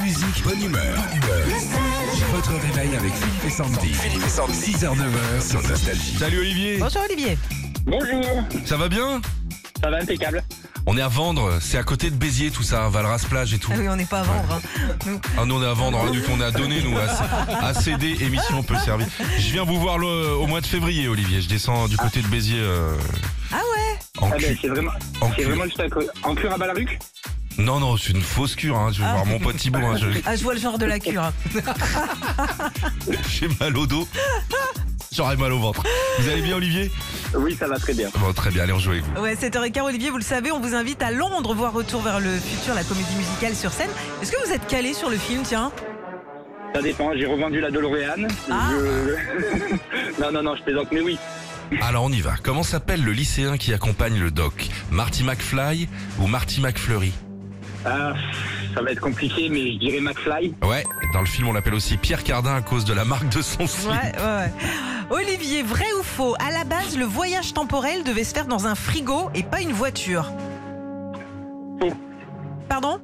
musique, bonne humeur. Votre réveil avec Philippe et Sandy. Philippe et Sandy. 6h-9h sur Nostalgie. Salut Olivier, Bonjour Olivier. Bonjour, ça va bien ça va impeccable. On est à Vendre, c'est à côté de Béziers tout ça, Valras plage et tout. Ah oui, on n'est pas à vendre. hein. Nous, Ah nous on est à Vendre, rien du tout, on est à donner nous, à, à céder, émission peut servir. Je viens vous voir le- au mois de février Olivier, je descends du côté de Béziers euh, Ah ouais en Ah ben, cul. c'est vraiment, En c'est cul. vraiment juste à côté. En cure à Balaruc Non non, c'est une fausse cure, hein. je vais Ah. voir mon pote Thibault, hein. Je- Ah, je vois le genre de la cure. j'ai mal au dos. J'aurais mal au ventre. Vous allez bien Olivier Oui, ça va très bien. Bon très bien, allez on joue avec vous. Ouais, 7h15, Olivier, vous le savez, on vous invite à Londres, voir Retour vers le futur, la comédie musicale sur scène. Est-ce que vous êtes calé sur le film, tiens Ça dépend, j'ai revendu la DeLorean. Ah. Je- non, non, non, je plaisante, mais oui. Alors on y va. Comment s'appelle le lycéen qui accompagne le doc Marty McFly ou Marty McFleury Ah, pff, ça va être compliqué, mais je dirais McFly. Ouais, dans le film on l'appelle aussi Pierre Cardin à cause de la marque de son slip. Ouais, ouais, ouais. Olivier, vrai ou faux À la base, le voyage temporel devait se faire dans un frigo et pas une voiture. Faux. Pardon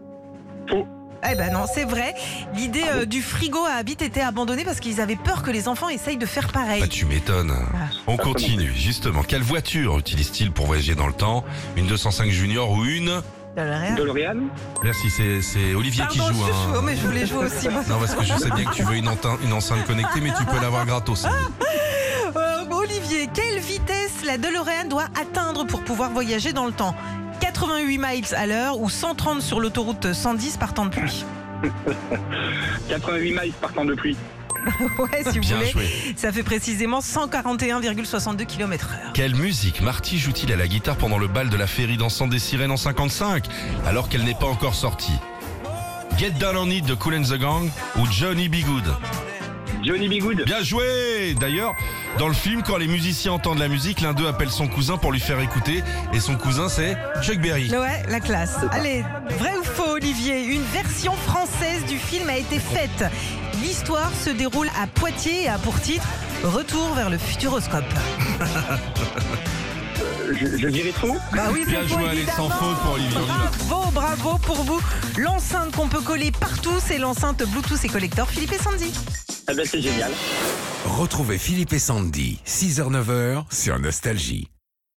Faux. Eh ben non, c'est vrai. L'idée euh, du frigo à habit était abandonnée parce qu'ils avaient peur que les enfants essayent de faire pareil. Bah, tu m'étonnes. Ah. On continue, justement. Quelle voiture utilise-t-il pour voyager dans le temps Une 205 Junior ou une Ça a l'air. DeLorean Merci, c'est c'est Olivier Pardon, qui joue. je hein. joue, mais je voulais jouer aussi. moi. Non, parce que je sais bien que tu veux une, enten- une enceinte connectée, mais tu peux l'avoir gratos. Euh, Olivier, quelle vitesse la DeLorean doit atteindre pour pouvoir voyager dans le temps 88 miles à l'heure ou 130 sur l'autoroute 110 par temps de pluie. 88 miles par temps de pluie. Ouais, si vous Bien voulez. joué. Ça fait précisément 141,62 km/h. Quelle musique Marty joue-t-il à la guitare pendant le bal de la féerie dansant des sirènes en 55, alors qu'elle n'est pas encore sortie Get Down on It de Cool and the Gang ou Johnny B. Good Johnny B. Good Bien joué D'ailleurs, dans le film, quand les musiciens entendent la musique, l'un d'eux appelle son cousin pour lui faire écouter, et son cousin c'est Chuck Berry. Ouais, la classe. Allez, vrai ou faux, Olivier Une version française du film a été faite. L'histoire se déroule à Poitiers et a pour titre Retour vers le futuroscope. je, je dirais trop Bah oui, Bien c'est joué, faux, allez, sans évidemment. faute pour Olivier, on y Bravo, bravo pour vous. L'enceinte qu'on peut coller partout, c'est l'enceinte Bluetooth et collector Philippe et Sandy. Ah ben c'est génial. Retrouvez Philippe et Sandy, 6h-9h sur Nostalgie.